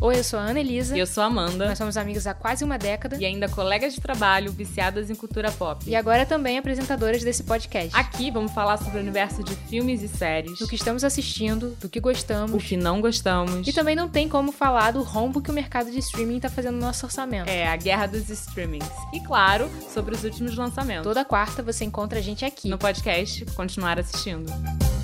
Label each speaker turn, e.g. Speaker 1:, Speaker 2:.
Speaker 1: Oi, eu sou a Ana Elisa.
Speaker 2: E eu sou a Amanda.
Speaker 1: Nós somos amigas há quase uma década.
Speaker 2: E é ainda colegas de trabalho, viciadas em cultura pop.
Speaker 1: E agora também apresentadoras desse podcast.
Speaker 2: Aqui vamos falar sobre o universo de filmes e séries,
Speaker 1: Do que estamos assistindo, do que
Speaker 2: o
Speaker 1: gostamos.
Speaker 2: que não gostamos.
Speaker 1: E também não tem como falar do rombo que o mercado de streaming tá fazendo no nosso orçamento.
Speaker 2: É, a guerra dos streamings. E claro, sobre os últimos lançamentos.
Speaker 1: Toda quarta você encontra a gente aqui.
Speaker 2: No podcast, continuar assistindo.